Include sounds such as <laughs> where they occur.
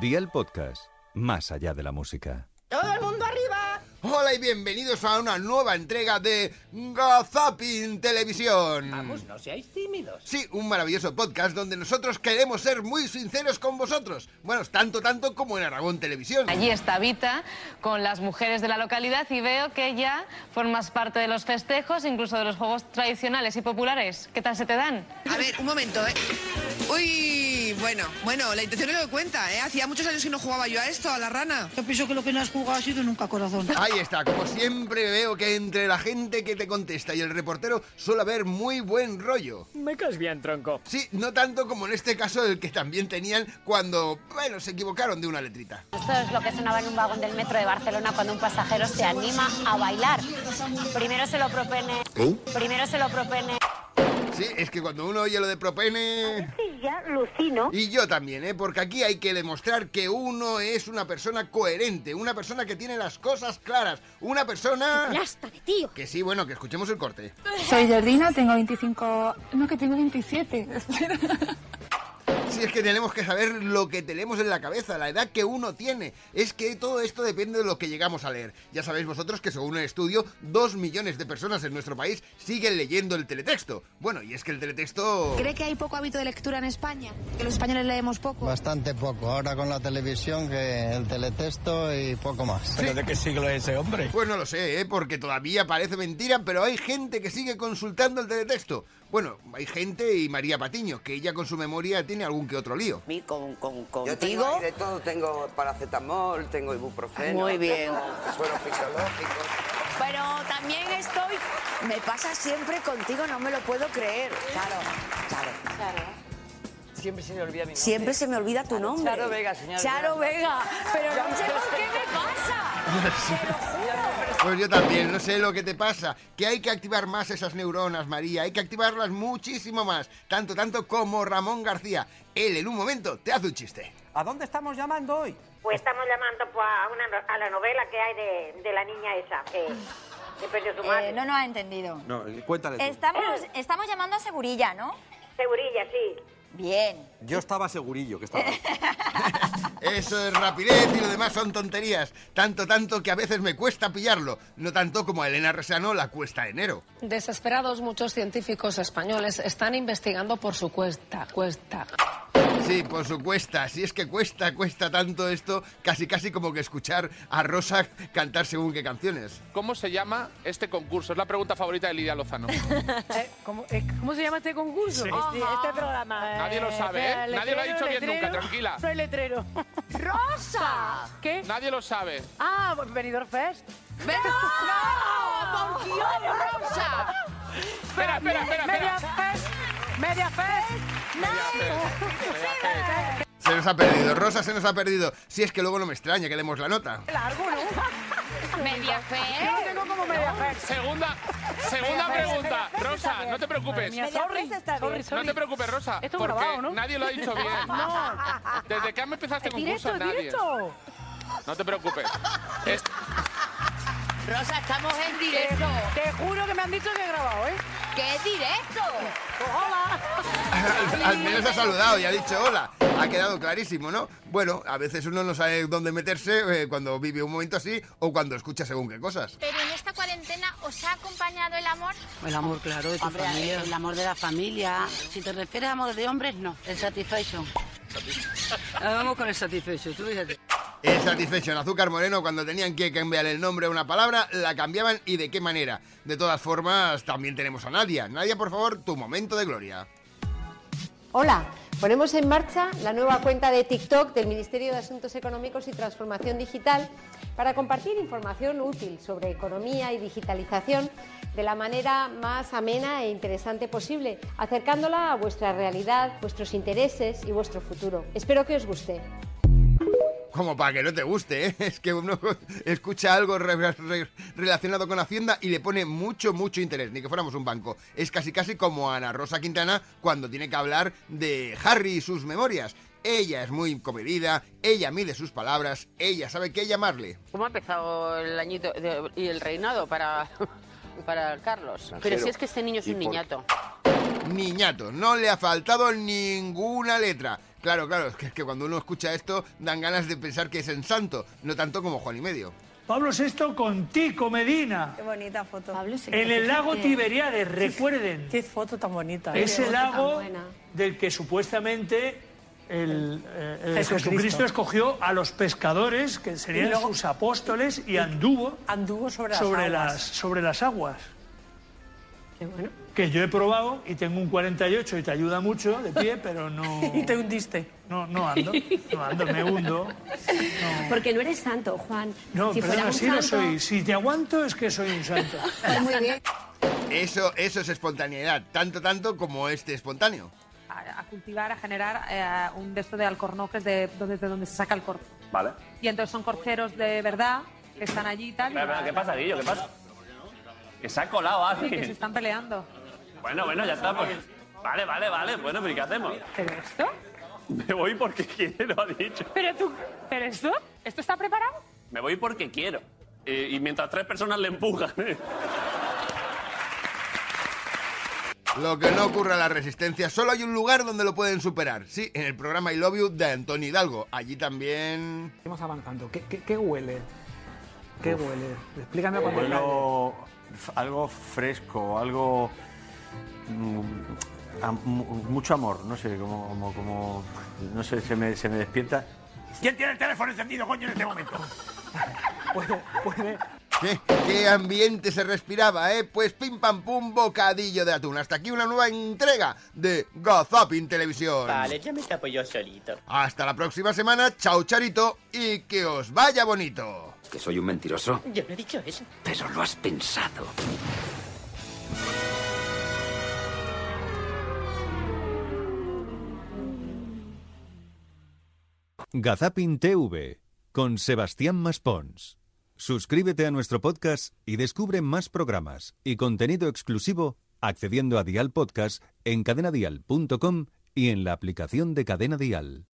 Día el podcast, más allá de la música. ¡Todo el mundo arriba! Hola y bienvenidos a una nueva entrega de Gazapin Televisión. Ah. Vamos, no seáis tímidos. Sí, un maravilloso podcast donde nosotros queremos ser muy sinceros con vosotros. Bueno, tanto, tanto como en Aragón Televisión. Allí está Vita con las mujeres de la localidad y veo que ya formas parte de los festejos, incluso de los juegos tradicionales y populares. ¿Qué tal se te dan? A ver, un momento, ¿eh? Uy, bueno, bueno, la intención es lo que cuenta, ¿eh? Hacía muchos años que no jugaba yo a esto, a la rana. Yo pienso que lo que no has jugado ha sido nunca corazón. Ahí está, como siempre veo que entre la gente que te contesta y el reportero suele haber muy buen rollo. Me caes bien, tronco. Sí, no tanto como en este caso el que también tenían cuando, bueno, se equivocaron de una letrita. Esto es lo que sonaba en un vagón del metro de Barcelona cuando un pasajero se anima a bailar. Primero se lo propone. ¿Eh? Primero se lo propone. Sí, es que cuando uno oye lo de propene... ya lucino. Y yo también, ¿eh? Porque aquí hay que demostrar que uno es una persona coherente, una persona que tiene las cosas claras, una persona... Lástate, tío. Que sí, bueno, que escuchemos el corte. Soy Jardina, tengo 25... No, que tengo 27. Si es que tenemos que saber lo que tenemos en la cabeza, la edad que uno tiene. Es que todo esto depende de lo que llegamos a leer. Ya sabéis vosotros que según el estudio, dos millones de personas en nuestro país siguen leyendo el teletexto. Bueno, y es que el teletexto... ¿Cree que hay poco hábito de lectura en España? ¿Que los españoles leemos poco? Bastante poco. Ahora con la televisión, que el teletexto y poco más. ¿Pero de qué siglo es ese hombre? Pues no lo sé, ¿eh? porque todavía parece mentira, pero hay gente que sigue consultando el teletexto. Bueno, hay gente y María Patiño, que ella con su memoria tiene algún que otro lío. Con, con, Yo contigo. tengo ahí de todo, tengo paracetamol, tengo ibuprofeno, Muy bien. tengo suero fisiológico. Pero también estoy. Me pasa siempre contigo, no me lo puedo creer. Claro, claro. Siempre se me olvida mi nombre. Siempre se me olvida tu nombre. Charo Vega, señora. Charo Vega. Pero no sé por qué me pasa. Te lo juro. Pues yo también, no sé lo que te pasa, que hay que activar más esas neuronas, María, hay que activarlas muchísimo más, tanto, tanto como Ramón García. Él en un momento te hace un chiste. ¿A dónde estamos llamando hoy? Pues estamos llamando pues, a, una, no- a la novela que hay de, de la niña esa que, que perdió su madre. Eh, no nos ha entendido. No, eh, cuéntale. tú. Estamos, estamos llamando a Segurilla, ¿no? Segurilla, sí. Bien. Yo estaba segurillo que estaba. Eso es rapidez y lo demás son tonterías, tanto, tanto que a veces me cuesta pillarlo, no tanto como a Elena Resano la cuesta enero. Desesperados, muchos científicos españoles están investigando por su cuesta, cuesta. Sí, por su cuesta, si es que cuesta, cuesta tanto esto, casi, casi como que escuchar a Rosa cantar según qué canciones. ¿Cómo se llama este concurso? Es la pregunta favorita de Lidia Lozano. ¿Cómo, <laughs> eh, cómo se llama este concurso? Este- programa. Nadie lo sabe, ¿eh? Nadie lo ha dicho bien nunca, tranquila. Soy <laughs> letrero. ¡Rosa! ¿Qué? Nadie lo sabe. Ah, Benidorm Fest. <laughs> ¡No! ¡Por Dios, Rosa! Espera, espera, espera, Media espera. Fest. Media Fest. Se nos ha perdido, Rosa se nos ha perdido, si es que luego no me extraña que demos la nota. <laughs> Largo, ¿no? ¡Media Yo lo fe! tengo como Media Fest. Segunda, segunda pregunta. Rosa, no te preocupes. Mía, sorry, sorry, No sorry. te preocupes, Rosa, Esto es porque grabado, ¿no? nadie lo ha dicho <laughs> bien. Desde que han empezado este concurso, Directo, nadie. directo. No te preocupes. Es- Rosa, estamos en directo. Te juro que me han dicho que he grabado, ¿eh? ¡Qué directo! Al, al menos ha saludado y ha dicho hola. Ha quedado clarísimo, ¿no? Bueno, a veces uno no sabe dónde meterse eh, cuando vive un momento así o cuando escucha según qué cosas. Pero en esta cuarentena os ha acompañado el amor. El amor, claro, de tu familia. El amor de la familia. Si te refieres a amor de hombres, no. El satisfaction. Vamos con el satisfaction, tú fíjate. El Satisfaction Azúcar Moreno, cuando tenían que cambiar el nombre a una palabra, la cambiaban y de qué manera. De todas formas, también tenemos a Nadia. Nadia, por favor, tu momento de gloria. Hola, ponemos en marcha la nueva cuenta de TikTok del Ministerio de Asuntos Económicos y Transformación Digital para compartir información útil sobre economía y digitalización de la manera más amena e interesante posible, acercándola a vuestra realidad, vuestros intereses y vuestro futuro. Espero que os guste. Como para que no te guste, ¿eh? <laughs> es que uno escucha algo re- re- relacionado con Hacienda y le pone mucho, mucho interés, ni que fuéramos un banco. Es casi, casi como Ana Rosa Quintana cuando tiene que hablar de Harry y sus memorias. Ella es muy comedida, ella mide sus palabras, ella sabe qué llamarle. ¿Cómo ha empezado el añito de- y el reinado para, <laughs> para Carlos? Pero si es que este niño es un niñato. Niñato, no le ha faltado ninguna letra. Claro, claro, es que, es que cuando uno escucha esto dan ganas de pensar que es en santo, no tanto como Juan y medio. Pablo VI con Tico Medina. Qué bonita foto. En el lago Tiberíades, recuerden. Qué foto tan bonita. ¿eh? Ese lago del que supuestamente el, eh, el Jesucristo. Jesucristo. escogió a los pescadores, que serían Y luego- sus apóstoles, y anduvo, Anduvo sobre, sobre, las, las, aguas. sobre las aguas. Qué bueno. Que yo he probado y tengo un 48 y te ayuda mucho de pie, pero no. <laughs> Y te hundiste. No, no ando, no ando, me hundo. Porque no eres santo, Juan. No, si fuera perdona, un sí santo, lo soy. Si te aguanto es que soy un santo. Eso, eso es espontaneidad, tanto, tanto como este espontáneo. a, a cultivar, a generar eh, un de esto de alcornoques de donde, de donde se saca el corzo. Vale. Y entonces son corceros de verdad que están allí y tal. y- Espera, espera, ¿Qué pasa, Guillo? ¿Qué pasa? Que se ha colado Sí, que se alguien. están peleando. Bueno, bueno, ya está. Pues. Vale, vale, vale. Bueno, pero ¿y qué hacemos? ¿Pero esto? Me voy porque <laughs> quiero, ha dicho. ¿Pero tú? ¿Pero esto? ¿Esto está preparado? Me voy porque quiero. Eh, y mientras tres personas le empujan. ¿eh? Lo que no ocurre a la resistencia, solo hay un lugar donde lo pueden superar. Sí, en el programa I Love You de Antonio Hidalgo. Allí también... Seguimos avanzando. ¿Qué, qué- qué huele? ¿Qué Uf. huele? Explícame con detalle. Bueno, f- algo fresco, algo. mm, am- mu- mucho amor, no sé, como. como, como- no sé, se me, se me despierta. ¿Quién tiene el teléfono encendido, coño, en este momento? ¿Qué, qué ambiente se respiraba, eh? Pues pim pam pum, bocadillo de atún. Hasta aquí una nueva entrega de Gazapin Televisión. Vale, ya me tapo yo solito. Hasta la próxima semana, chao Charito y que os vaya bonito. ¿Que soy un mentiroso? Yo no he dicho eso. Pero lo has pensado. Gazapin TV con Sebastián Maspons. Suscríbete a nuestro podcast y descubre más programas y contenido exclusivo accediendo a Dial Podcast en cadenadial.com y en la aplicación de Cadena Dial.